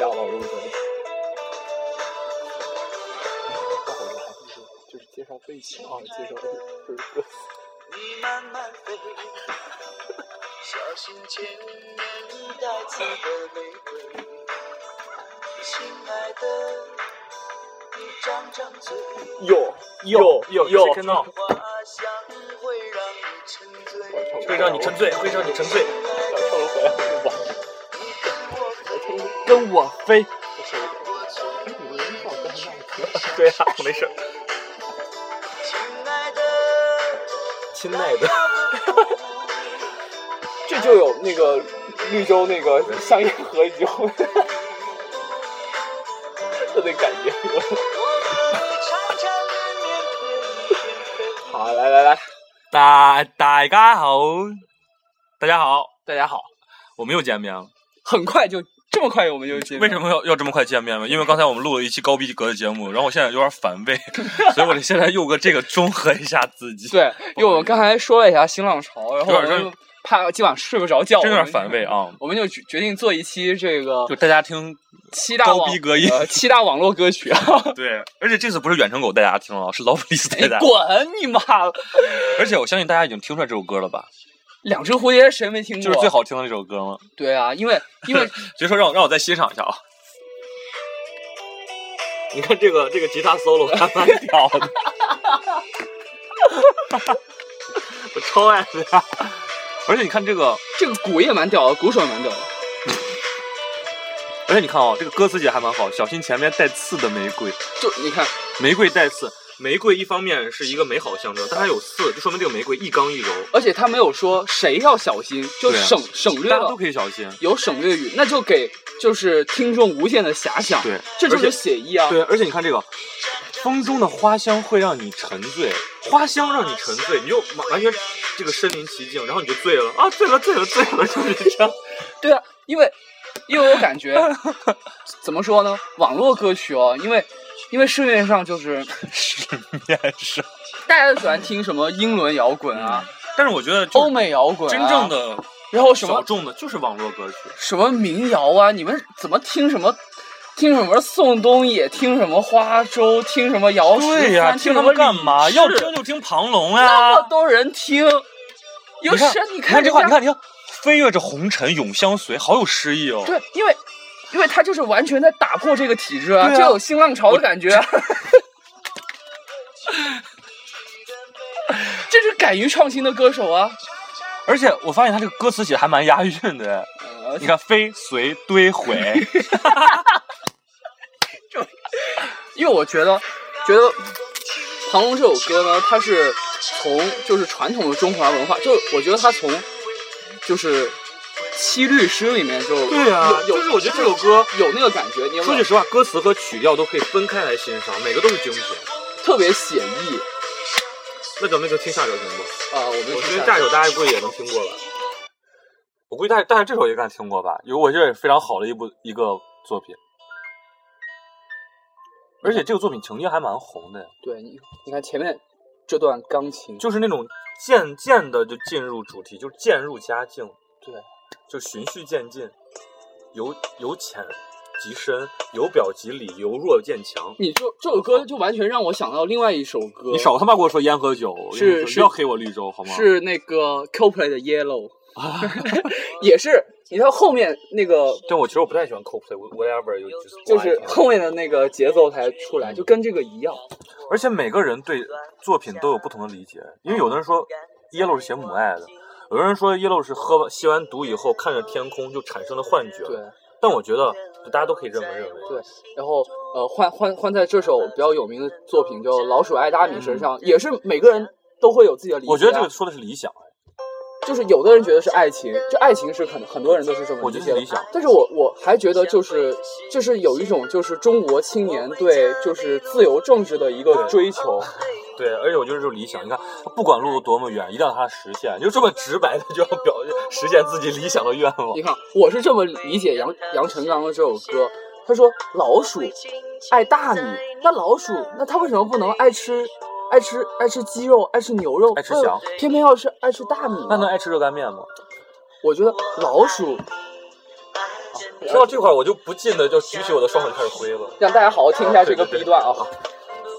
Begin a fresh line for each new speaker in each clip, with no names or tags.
道吧？我跟你说，大伙儿还不说，就是介绍背景啊，介绍就是歌词。
你慢慢飞，小心前面带刺的玫瑰。亲爱的，你张张嘴，
有
有有
有
这是真的，
花香会让你沉醉。
会让你沉醉，会让你沉醉。
亲爱
唱
的，
了回来是吧？
你跟我飞，
跟我飞。
我说一
我从
点，你们放刚上歌，
对啊，没事儿。
亲爱的，
亲爱的，
这就有那个绿洲那个香烟盒以及 后面的那感觉。
我和你缠缠绵绵，翩翩飞。
好，来来来，
大大家好，大家好，
大家好，
我们又见面了。
很快就这么快，我们就见面
为什么要要这么快见面呢？因为刚才我们录了一期高逼格的节目，然后我现在有点反胃，所以我得现在用个这个中和一下自 己。
对，因为我们刚才说了一下新浪潮，然后
有
我
点
们怕今晚睡不着觉，
真有
我们
点反胃啊！
我们就决决定做一期这个
就大家听，
七大网
高逼格音
呃七大网络歌曲啊！
对，而且这次不是远程狗带大家听了，是老普利斯带
你
大家。
滚你妈！
而且我相信大家已经听出来这首歌了吧？
两只蝴蝶谁没听过？
就是最好听的那首歌吗？
对啊，因为因为
所以说让我让我再欣赏一下啊。你看这个这个吉他 solo 还蛮屌的， 我超爱的呀！而且你看这个，
这个鼓也蛮屌的，鼓手也蛮屌的。
而且你看哦，这个歌词写还蛮好，小心前面带刺的玫瑰，
就你看，
玫瑰带刺，玫瑰一方面是一个美好象征，但它有刺，就说明这个玫瑰一刚一柔，
而且他没有说谁要小心，就
对啊
省、省略
大家都
了
可以小心。
有省略语，那就给就是听众无限的遐想。
对，
这就
而且
是写意啊。
对，而且你看这个，风中的花香会让你沉醉，花香让你沉醉，你就完完全这个身临其境，然后你就醉了啊，醉了，醉了，醉了，就是这样。
对啊，因为因为我感觉怎么说呢，网络歌曲哦，因为因为市面上就是
市面 上，
大家都喜欢听什么英伦摇滚
嗯
啊、
但是我觉得就
欧美摇滚、
真正，的
然后什
啊小
么
众的就是网络歌曲，
什么民谣啊，你们怎么听什么？听什么宋冬野，听什么花舟，听什么姚十三，听
听他们干嘛？要听就听庞龙呀、
那么多人听，有
你看
谁？你
你看
人
这话，
家
你看，你看，飞跃着红尘永相随，好有诗意哦。
对，因为因为他就是完全在打破这个体制啊，
对啊
就有新浪潮的感觉啊。这是敢于创新的歌手啊！
而且我发现他这个歌词写的还蛮押韵的。哎
呃
你看，飞随堆毁，
因为我觉得，觉得庞龙这首歌呢，它是从就是传统的中华文化，就我觉得它从就是七律诗里面就
对 啊
有有
就是我觉得这首歌
有那个感觉，你有没
说
有
句实话，歌词和曲调都可以分开来欣赏，每个都是精品。
特别写意
那咱们就听下首行不？
啊、我们听
我觉得
下
下一首大家估计也能听过吧。我估计大家，但是这首应该听过吧？有我觉得也非常好的一部一个作品，而且这个作品曾经还蛮红的，
对你，你看前面这段钢琴，
就是那种渐渐的就进入主题，就渐入佳境，
对，
就循序渐进，由由浅及深，由表及里，由弱渐强。
你就这首歌就完全让我想到另外一首歌，
你少他妈给我说烟和酒，我跟你
是
说
是
不要黑我绿洲好吗？啊
是那个 Coldplay 的 Yellow，也是你看后面那个
但我其实我不太喜欢 Coldplay，whatever，you just
就是后
like
面的那个节奏才出
嗯
来，就跟这个一样。
而且每个人对作品都有不同的理解，因为有的人说 Yellow 是写母爱的，有的人说 Yellow 是喝完吸完毒以后看着天空就产生了幻觉。
对，
但我觉得大家都可以这么认为。
对然后呃，换换换在这首比较有名的作品叫《老鼠爱大米》身上，也是每个人都会有自己的理解啊。
嗯我觉得这个说的是理想，
就是有的人觉得是爱情，这爱情是很很多人都是这么
我觉
理
得
解
是
的
理。想。
但是我我还觉得就是这是有一种就是中国青年对就是自由政治的一个追求，
哎 对，啊而且我觉得这是理想。你看，不管路有多么远，一定要让它实现。就这么直白的就要表实现自己理想的愿望
你。看，我是这么理解杨杨晨刚刚这首歌，他说老鼠爱大米，那老鼠那它为什么不能爱吃爱吃爱吃鸡肉，爱吃牛肉，
爱吃
为什么
翔
偏偏要吃爱吃大米呢？
那能爱吃热干面吗？
我觉得老鼠，啊
说到这块儿，我就不禁的就举起我的双手开始挥了。
让大家好好听一下这个 B 段啊。
不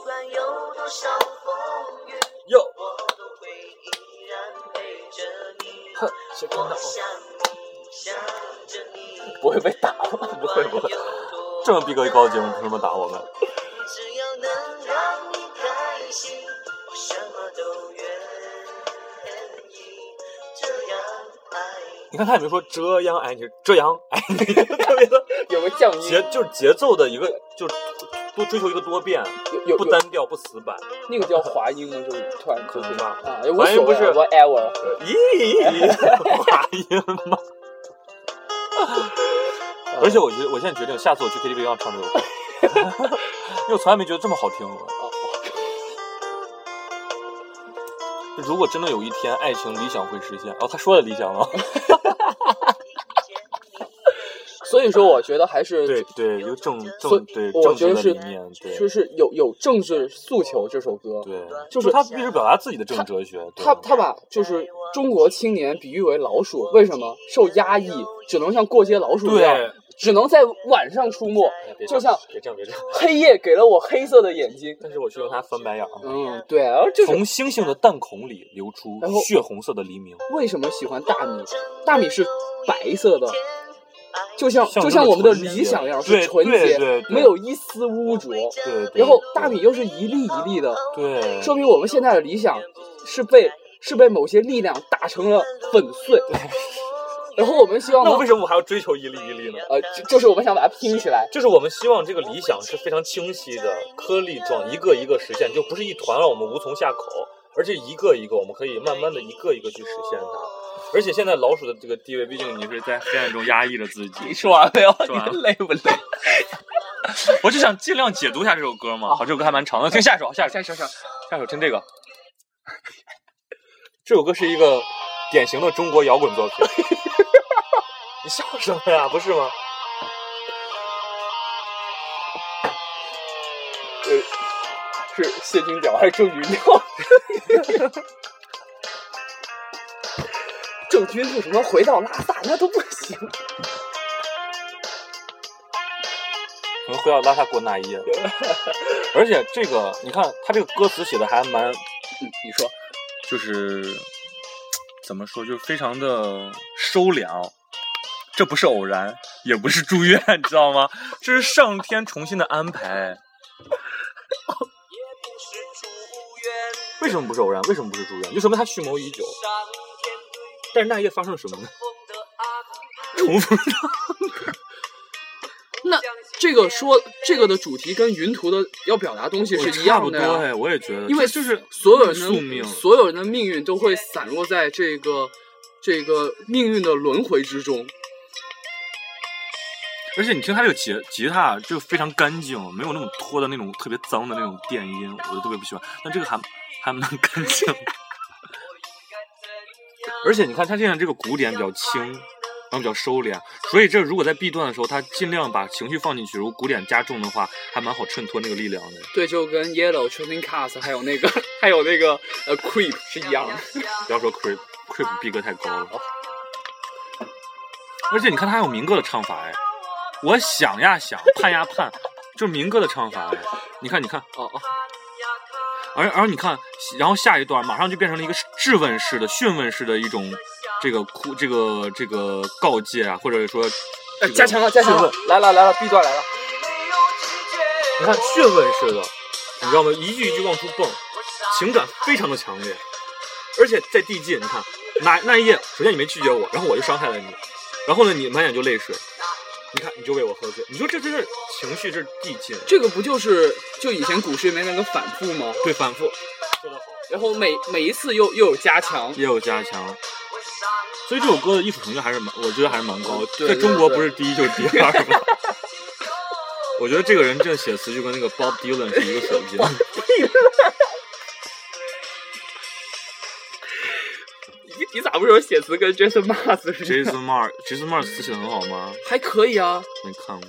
管有多少风雨，
哟，
我都会依然陪着你。
哼
我想你，想着你。
不会被打吧？
不会不会，这么逼格高的节目凭什么打我们？
只要能让你开心，我什么都愿意。这样爱你。
你看他也没说这样爱你，这样爱你， 特别的
有个降音，
节就是节奏的一个，就是多追求一个多变，
有有
不
有
单调不死板。
那个叫滑音吗？就是突然出现
可能吧
啊，也无
滑音
所谓
不是
，whatever。
咦， 哎滑音吗？而且我觉得，我现在决定，下次我去 KTV 要唱这个歌， 因为我从来没觉得这么好听过。如果真的有一天爱情理想会实现，哦，他说的理想吗？
所以说，我觉得还是
对对，一个正
所
正对
我
正
觉
直
得
的
是
理念，对
就是有有政治诉求这首歌，
对，
就是
他必须表达自己的这种哲学。对
他他把就是中国青年比喻为老鼠，为什么受压抑，只能像过街老鼠一样
对，，
只能在晚上出没。
哎别
就
这样
像
别这样别这样，
黑夜给了我黑色的眼睛，
但是我去用它翻白眼啊。
嗯，对，而就是
从星星的弹孔里流出
然后
血红色的黎明，
为什么喜欢大米？大米是白色的，就像
像
就像
这么
我们的
纯洁
理想一样，
对
是纯
对
洁
对，对
没有一丝污浊。
对对。
然后大米又是一粒一粒的，
对，
说明我们现在的理想是被是被某些力量打成了粉碎。然后我们希望
那我
能
为什么我还要追求一粒一粒呢？
呃，就就是我们想把它拼起 来。
就是我们希望这个理想是非常清晰的，颗粒状一个一个实现，就不是一团让我们无从下口，而是一个一个，我们可以慢慢的一个一个去实现它。而且现在老鼠的这个地位，毕竟你是在黑暗中压抑着自己。
说 完没有？
说完了
你累不累？
我就想尽量解读一下这首歌嘛。好，这首歌还蛮长的，听下一首，下一首，
下下下，
下一首听这个。 这首歌是一个典型的中国摇滚作品。 你笑什么呀？不是吗？
是谢金表还是郑钧表？ 郑钧为什么回到拉萨那都不行？
嗯可能会要拉萨过那一 夜。而且这个，你看他这个歌词写的还蛮，
嗯，你说
就是怎么说，就是非常的收敛。哦这不是偶然，也不是祝愿，你知道吗？这是上天重新的安排。为什么不是偶然？为什么不是祝愿？就说明他蓄谋已久。但是那一夜发生了什么呢？ 重复
这个说这个的 主题跟云图的要表达东西是一
差
样
不
的
多
呀、
哎，我也觉得，
因为
这就是
所有人的
宿命。
所有人的命运都会散落在这个这个命运的轮回之中。
而且你听他这个吉吉他啊就非常干净，没有那种拖的那种特别脏的那种电音，我就特别不喜欢。但这个还还蛮干净的， 而且你看他现在这个鼓点比较轻，然后比较收敛，所以这如果在 B 段的时候，他尽量把情绪放进去，如果鼓点加重的话，还蛮好衬托那个力量的。
对，就跟 Yellow、Train Cars 还有那个 还有那个呃 Creep 是一样的。
不要说 creep creep 逼格太高了，而且你看他还有民歌的唱法哎，我想呀想，盼呀盼，就是民歌的唱法哎。你看，你看，
哦哦，
而而你看，然后下一段马上就变成了一个质问式的、询问式的一种这个哭、这个这个告诫啊，或者说、
呃
这个
加强了，加强
询
了
问。，
来了来了，B 段来了。
你看询问式的，你知道吗？一句一句往出蹦，情感非常的强烈，而且在递进。你看那那一夜，首先你没拒绝我，然后我就伤害了你，然后呢，你满眼就泪水，你看你就为我喝醉，你说这就是情绪，这是递进，
这个不就是就以前股市里面那个反复吗？
对反复
然后每每一次又又有加强。
也有加强。所以这首歌的艺术成就还是蛮，我觉得还是蛮高，
对
在中国
对
不是第一就是第二吗？ 我觉得这个人这写词就跟那个 Bob Dylan 是一个水平。
你你咋不说写词跟 Jason Mars 似的？
Jason Mars，Jason Mars 词写的很好吗？
还可以啊，
没看过。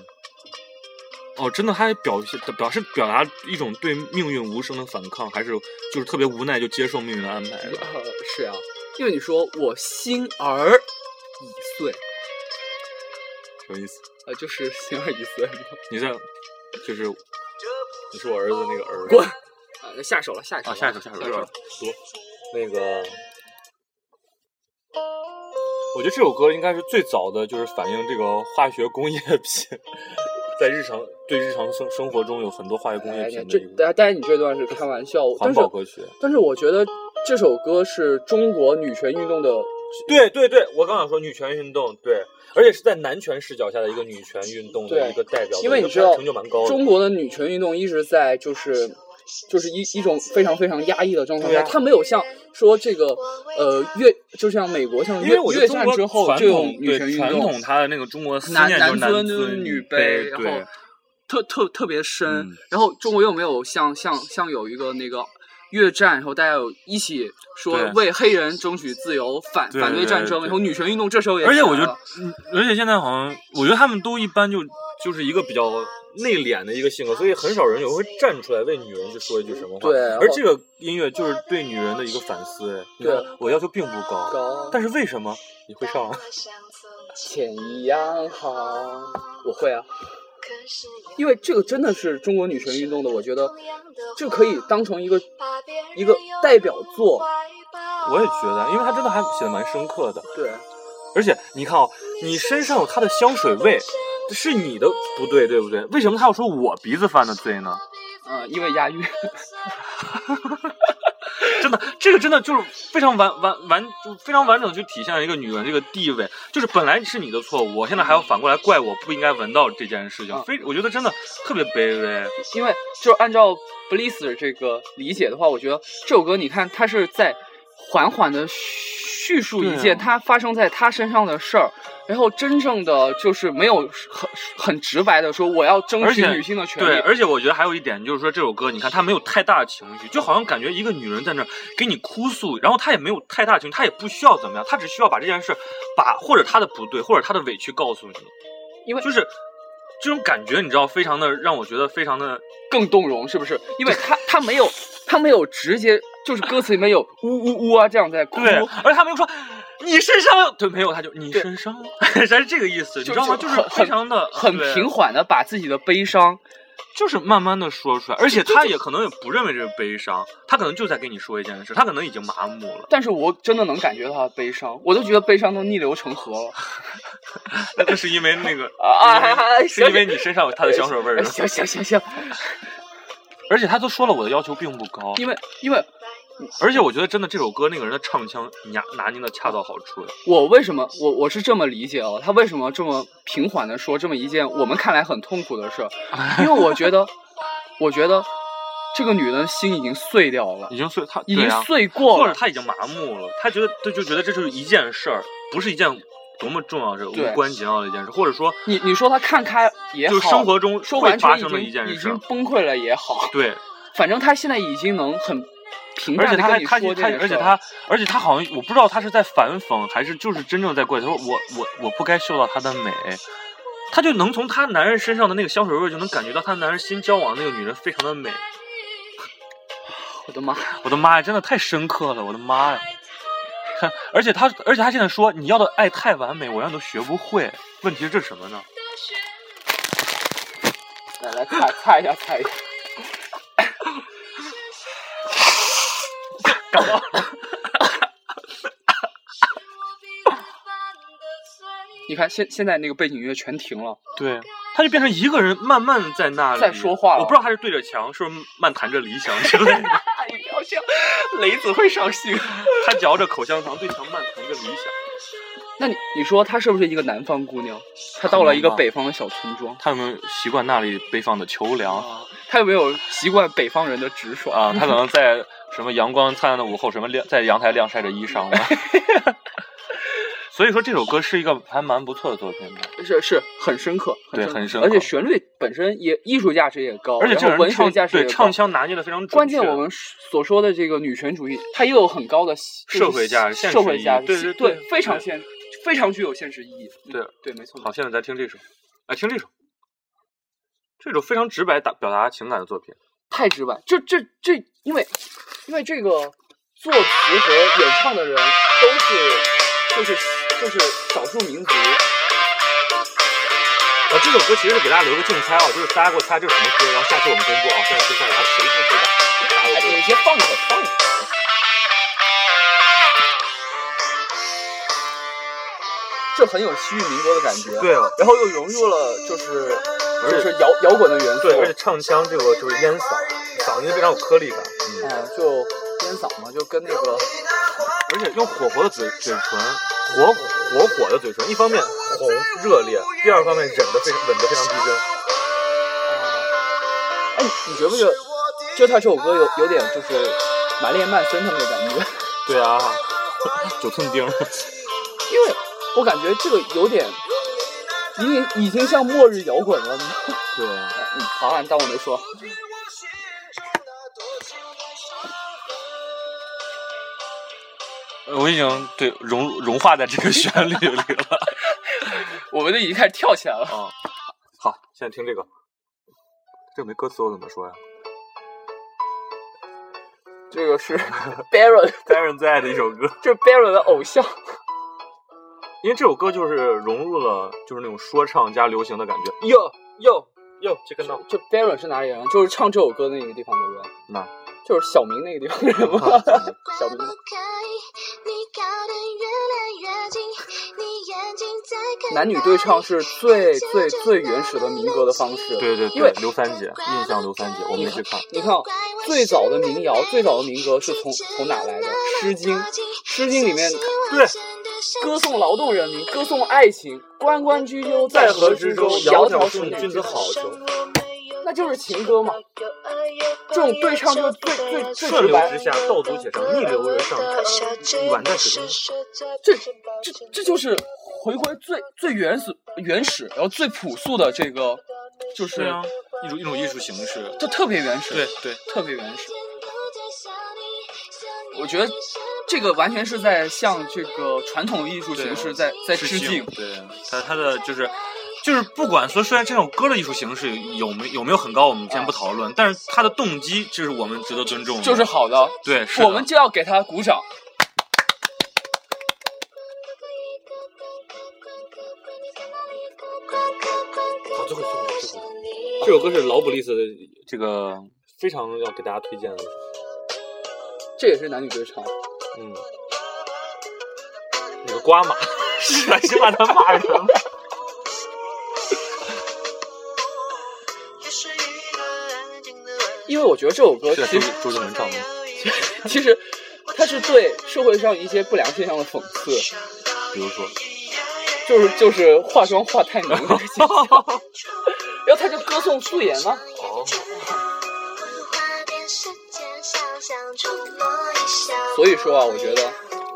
哦，真的，他还表现表示表达一种对命运无声的反抗，还是就是特别无奈就接受命运的安排了。
呃，是啊，因为你说我心儿已碎，
有意思。
呃，就是有点意思。
你在，就是你是我儿子那个儿子。
滚！啊，那下手了，下手
啊，
了
下一首，下一首，
下手了。
读那个。我觉得这首歌应该是最早的就是反映这个化学工业品，在日常对日常生生活中有很多化学工业
哎呀
品的
这
一个
但但是你这段是开玩笑，但
环
是
保歌曲。
但是我觉得这首歌是中国女权运动的，
对对对，我刚想说女权运动，对，而且是在男权视角下的一个女权运动的
对
一个代表，
因为
一
你
个
知道
成就蛮高的。
中国的女权运动一直在就是就是一一种非常非常压抑的状态
对
下，
啊
它没有像说这个呃越就像美国像
因为
越
我觉
越
得中
战
国
之后
传
这种
统
女权
对
运
传
动
统，它的那个中国思
男
念就是
尊
尊
女
卑，
然
对
后特特特别深，
嗯
然后中国又没有像像像有一个那个越战，然后大家有一起说
对
为黑人争取自由，反
对
反对战争，
对对
然后女权运动这时候也
而且
起来
我觉得
了，
嗯而且现在好像，我觉得他们都一般就就是一个比较内敛的一个性格，所以很少人有会站出来为女人去说一句什么话。
对
而这个音乐就是对女人的一个反思。哎你看
对
我要求并不高，
高
但是为什么你会啊上？
前一样好，我会啊，因
因
为
为
这
这
个
个真
真的
的
是
是
中
中
国
国
女
女
权
权
运
运
动
动
的，
的，
我
我觉
觉得
得
就
就可
可以
以
当成一个
当
一
一
个
个
代
代
表
表
作
作。
我也觉得，因为他真的还写的蛮深刻的。
对，
而且你看哦，你身上有他的香水味，是你的不对，对不对？为什么他要说我鼻子犯的罪呢？
呃，因为押韵，
真的，这个真的就是非常完完完，就非常完整，地去体现了一个女人这个地位。就是本来是你的错误，我现在还要反过来怪我不应该闻到这件事情，
嗯
非我觉得真的特别卑微。
因为就是按照 Bliss 这个理解的话，我觉得这首歌你看它是在缓缓的叙述一
对
件
啊
它发生在他身上的事儿，然后真正的就是没有很很直白的说我要争
而
取
且
女性的权
对，
利，
而且我觉得还有一点就是说，这首歌你看它没有太大的情绪，就好像感觉一个女人在那儿给你哭诉，然后她也没有太大情绪，她也不需要怎么样，她只需要把这件事，把或者她的不对，或者她的委屈告诉你，
因为
就是这种感觉，你知道，非常的让我觉得非常的
更动容，是不是？因为他他没有他没有直接就是歌词里面有呜呜呜啊这样在哭，
对，而且他没有说你身上有，对，没有，他就你
对
身上有，他 是这个意思，你知道吗？
就
就是
很
非常的
很
对
平缓的把自己的悲伤，
就是慢慢的说出来，而且他也可能也不认为这是悲伤，他可能就在跟你说一件事，他可能已经麻木了，
但是我真的能感觉到他的悲伤，我都觉得悲伤都逆流成河了。
那那是因为 那个
啊
是因为
啊啊
嗯是因为你身上有他的香水味儿
哎
是吧，
行行行行，
而且他都说了我的要求并不高，
因为因为
而且我觉得真的这首歌那个人的唱腔拿拿捏的恰到好处，
我为什么我我是这么理解哦，他为什么这么平缓的说这么一件我们看来很痛苦的 事儿？因为我觉得，我觉得这个女人心已经碎掉了
已，经碎他
已
对
经
啊
碎过
或者
了。
他已经麻木了，他觉得对，就觉得这就是一件事儿，不是一件多么重要的事，
对
无关紧要的一件事，或者说
你你说她看开也好，
就是生活中
说
会
完
发
全已
生的
经
一件
已
事
经
儿。
崩溃了也好，
对，
反正她现在已经能很平
而
淡
且
的
他还
跟你
他
说这
他
件，
而且
事儿
他，而且他好像我不知道他是在反讽还是就是真正在怪。他说我我我不该嗅到她的美，他就能从他男人身上的那个香水味儿就能感觉到他男人新交往的那个女人非常的美。
我的妈，
我的妈呀，真的太深刻了，我的妈呀！ 看，而且他而且他现在说你要的爱太完美，我让你都学不会。问题是这是什么呢？
来来擦擦一下擦一下，
感冒。
你看现现在那个背景音乐全停了。
对，他就变成一个人慢慢地在那里
在说话了
我不知道他是对着墙，是不是漫谈着理想之类的。
你不要这样，雷子会伤心。
他嚼着口香糖，对墙漫谈着理想。
那你你说她是不是一个南方姑娘？她到了一个北方的小村庄，
他有没有习惯那里被放的秋凉
啊，她有没有习惯北方人的直爽？
啊？他可能在什么阳光灿烂的午后，什么晾在阳台晾晒着衣裳吧。 所以说这首歌是一个还蛮不错的作品的，
是是很深刻，
对很深刻
而且旋律本身也艺术价值也高，
而
哦
且
然
这
后
个
文
人
学
唱
价值也
对
高。
唱腔拿捏的非常准确。
关键我们所说的这个女权主义，它也有很高的就是
社会价值现实
社会价值，
意义对对对
非常
对
现，非常具有现实意义。嗯
对
对，没错。
好，，现在咱听这首，哎，听这首，这首非常直白打表达情感的作品。
太直白，这这这，因为因为这个作词和演唱的人都是就是就是少数民族，
呃，这首歌其实是给大家留个竞猜啊，就是大家给我猜这是什么歌，然后下期我们公布啊，下期下一期谁是最大
哎有一些放着放着。这很有西域民歌的感觉，
对啊，
然后又融入了就是
而
就
且
是摇摇滚的元素，
对，而且唱腔这个就是烟嗓，嗓音非常有颗粒感，嗯，
啊，就烟嗓嘛，就跟那个
而且用火火的嘴嘴唇，火火火的嘴唇，一方面红热烈，第二方面忍得非常稳得非常逼真，
啊哎，你觉不觉得就他这首歌有有点就是玛丽莲曼森他们的感觉？
对啊，九寸钉，
因为我感觉这个有点，已经已经像末日摇滚了。
对啊。
嗯，好啊，你当我没说。
我已经对融融化在这个旋律里了。
我们就已经开始跳起来了。
啊， 好，现在听这个，这个没歌词我怎么说呀
这个是 Baron，
？Darren 最爱的一首歌，
这是 Baron 的偶像。
因为这首歌就是融入了就是那种说唱加流行的感觉。哟哟哟，这个闹
这 Baron 是哪里人啊？就是唱这首歌的那个地方的人，
那
就是小明那个地方的人吗？ 小明吗，
男女对唱是最最最原始的民歌的方式。
对对
因为
对，刘三姐，印象刘三姐，我没去看。
你看啊，最早的民谣，最早的民歌是从从哪来的？《诗经》，《诗经》里面
对
歌颂劳动人民，歌颂爱情，关关雎鸠，在河之洲，窈窕淑女，
君子好逑。
那就是情歌嘛。这种对唱就是最最最
顺
直
流
白
直，下，道阻且长，逆流而上，宛在水中。
这这这就是回归最最原始、原始，然后最朴素的这个，就是、
对啊，一种一种艺术形式。
就特别原始，
对，对，
特别原始。我觉得这个完全是在向这个传统艺术形式在在致敬。
对他他的就是就是不管说虽然这首歌的艺术形式有没有没有很高，我们先不讨论，但是他的动机这是我们值得尊重的。
就是好的，
对，是的
我们就要给他鼓掌。
好，最后一首最后一首这首歌是劳布利斯的，
这个
非常要给大家推荐的。
这也是男女对唱，
嗯，你个瓜 马，是吧？起码他骂人
啊
了。
因为我觉得这首歌
这
其
周
实
周杰伦唱的，
其实它是对社会上一些不良现象的讽刺。
比如说，
就是就是化妆化太浓的那个形象，然后他就歌颂素颜嘛，
哦，
所以说啊，我觉得，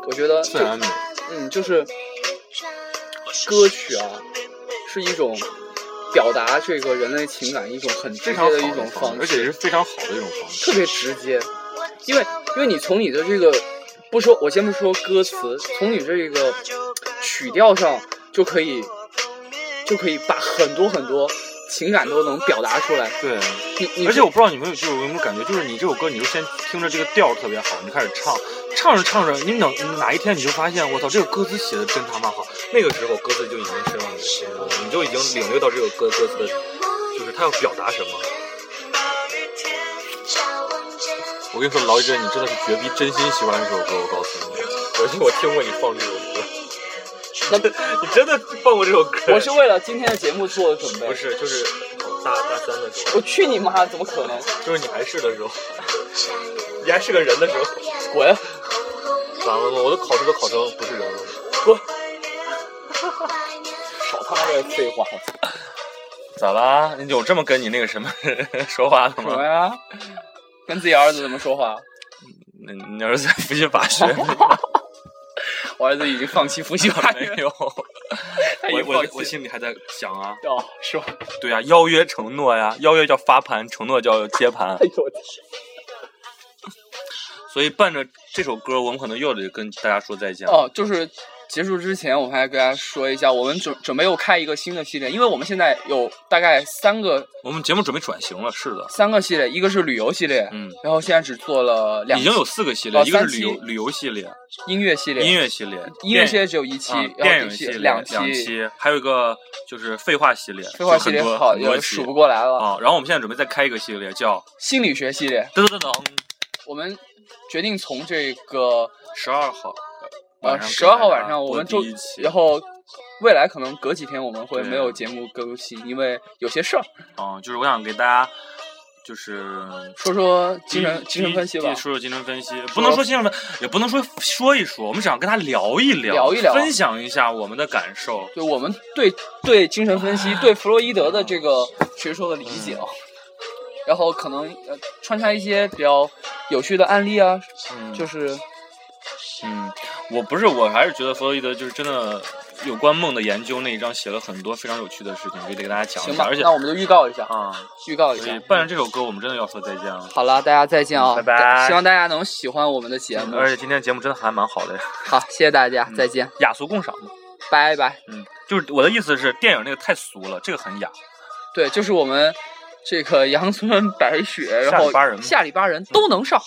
我觉得
自然
就
美，
嗯，就是歌曲啊，是一种表达这个人类情感一种很直
非
接
常好
的一
的
种
方式，
方
而且
式，
是非常好的一种方式。
特别直接，因为因为你从你的这个不说，我先不说歌词，从你这个曲调上就可以就可以把很多很多情感都能表达出来，
对，
你你
而且我不知道你们有就有没有感觉，就是你这首歌，你就先听着这个调儿特别好，你就开始唱，唱着唱着，你哪哪一天你就发现，我操，这个歌词写的真他妈好。那个时候歌词就已经深入你的心了，你就已经领略到这首歌歌词的，就是他要表达什么。我跟你说，劳一真，你真的是绝逼真心喜欢这首歌，我告诉你，而且我听过你放这首歌，
那
你真的放过这首歌？
我是为了今天的节目做的准备。
不是就是大大三的时候，
我去你妈！怎么可能？
就是你还是的时候，你还是个人的时候。
滚！
完了吗？我都考试都考成不是人了。
少他妈这废话！
咋啦？有这么跟你那个什 么说话的
什么
吗？
呀？跟自己儿子怎么说话？
你你儿子在复习法 学没有？
我儿子已经放弃复 习法
没
学，
有，
他已
我
经
我
放
我
弃
心里还在想啊，
了。哦，是吧？
对啊，邀约承诺呀，邀约叫发盘，承诺叫接盘
哎。呦我天！
所以伴着这首歌，我们可能又得跟大家说再见了。
哦，就是结束之前，我们还跟大家说一下，我们准准备又开一个新的系列，因为我们现在有大概三个
我们节目准备转型了，是的，
三个系列，一个是旅游系列，
嗯，
然后现在只做了两
已经有四个系列，
哦
一个
三
是
期
旅游旅游系列、
音乐系列，
音乐系列、
音乐系
电
列只有一期，
啊电
然后
影
一
系
期
列
两
两，还有一个就是废话系列，
废话
就
系列
很多
好
很多
也
期
数不过来了，
啊。然后我们现在准备再开一个系列，叫
心理学系列，
噔噔噔噔
我们决定从这个
十二号，
呃
晚上
十二号
给大家
晚上我们
播
周
第一，期
然后未来可能隔几天我们会
对啊
没有节目更新，因为有些事儿，
嗯，就是我想给大家就是
说说精
第
神
一
精神分析
第
吧
一。说说精神分析，不能说精神分，也不能说说一说，我们只想跟他聊一聊，
聊一聊
分享一下我们的感受。
对我们对对精神分 析、对弗洛伊德的这个学说的理解
嗯
啊，然后可能呃穿插一些比较有趣的案例啊，
嗯，
就是
嗯，我不是，我还是觉得弗洛伊德就是真的有关梦的研究那一章写了很多非常有趣的事情，可以给大家讲一
行
下。
吧
而，且
那我们就预告一下，
啊，
预告
所
一
以
下。
伴着这首歌，我们真的要说再见了。
好了，大家再见啊、
拜拜
希望大家能喜欢我们的节目。
而且今嗯天节目真的还蛮好的，
好，谢谢大家，再见，
雅俗共赏嘛。
拜拜。
嗯，就是我的意思是，电影那个太俗了，这个很雅。
对，就是我们这个阳春白雪，然
下
后
里巴人嘛
下里巴人都能上。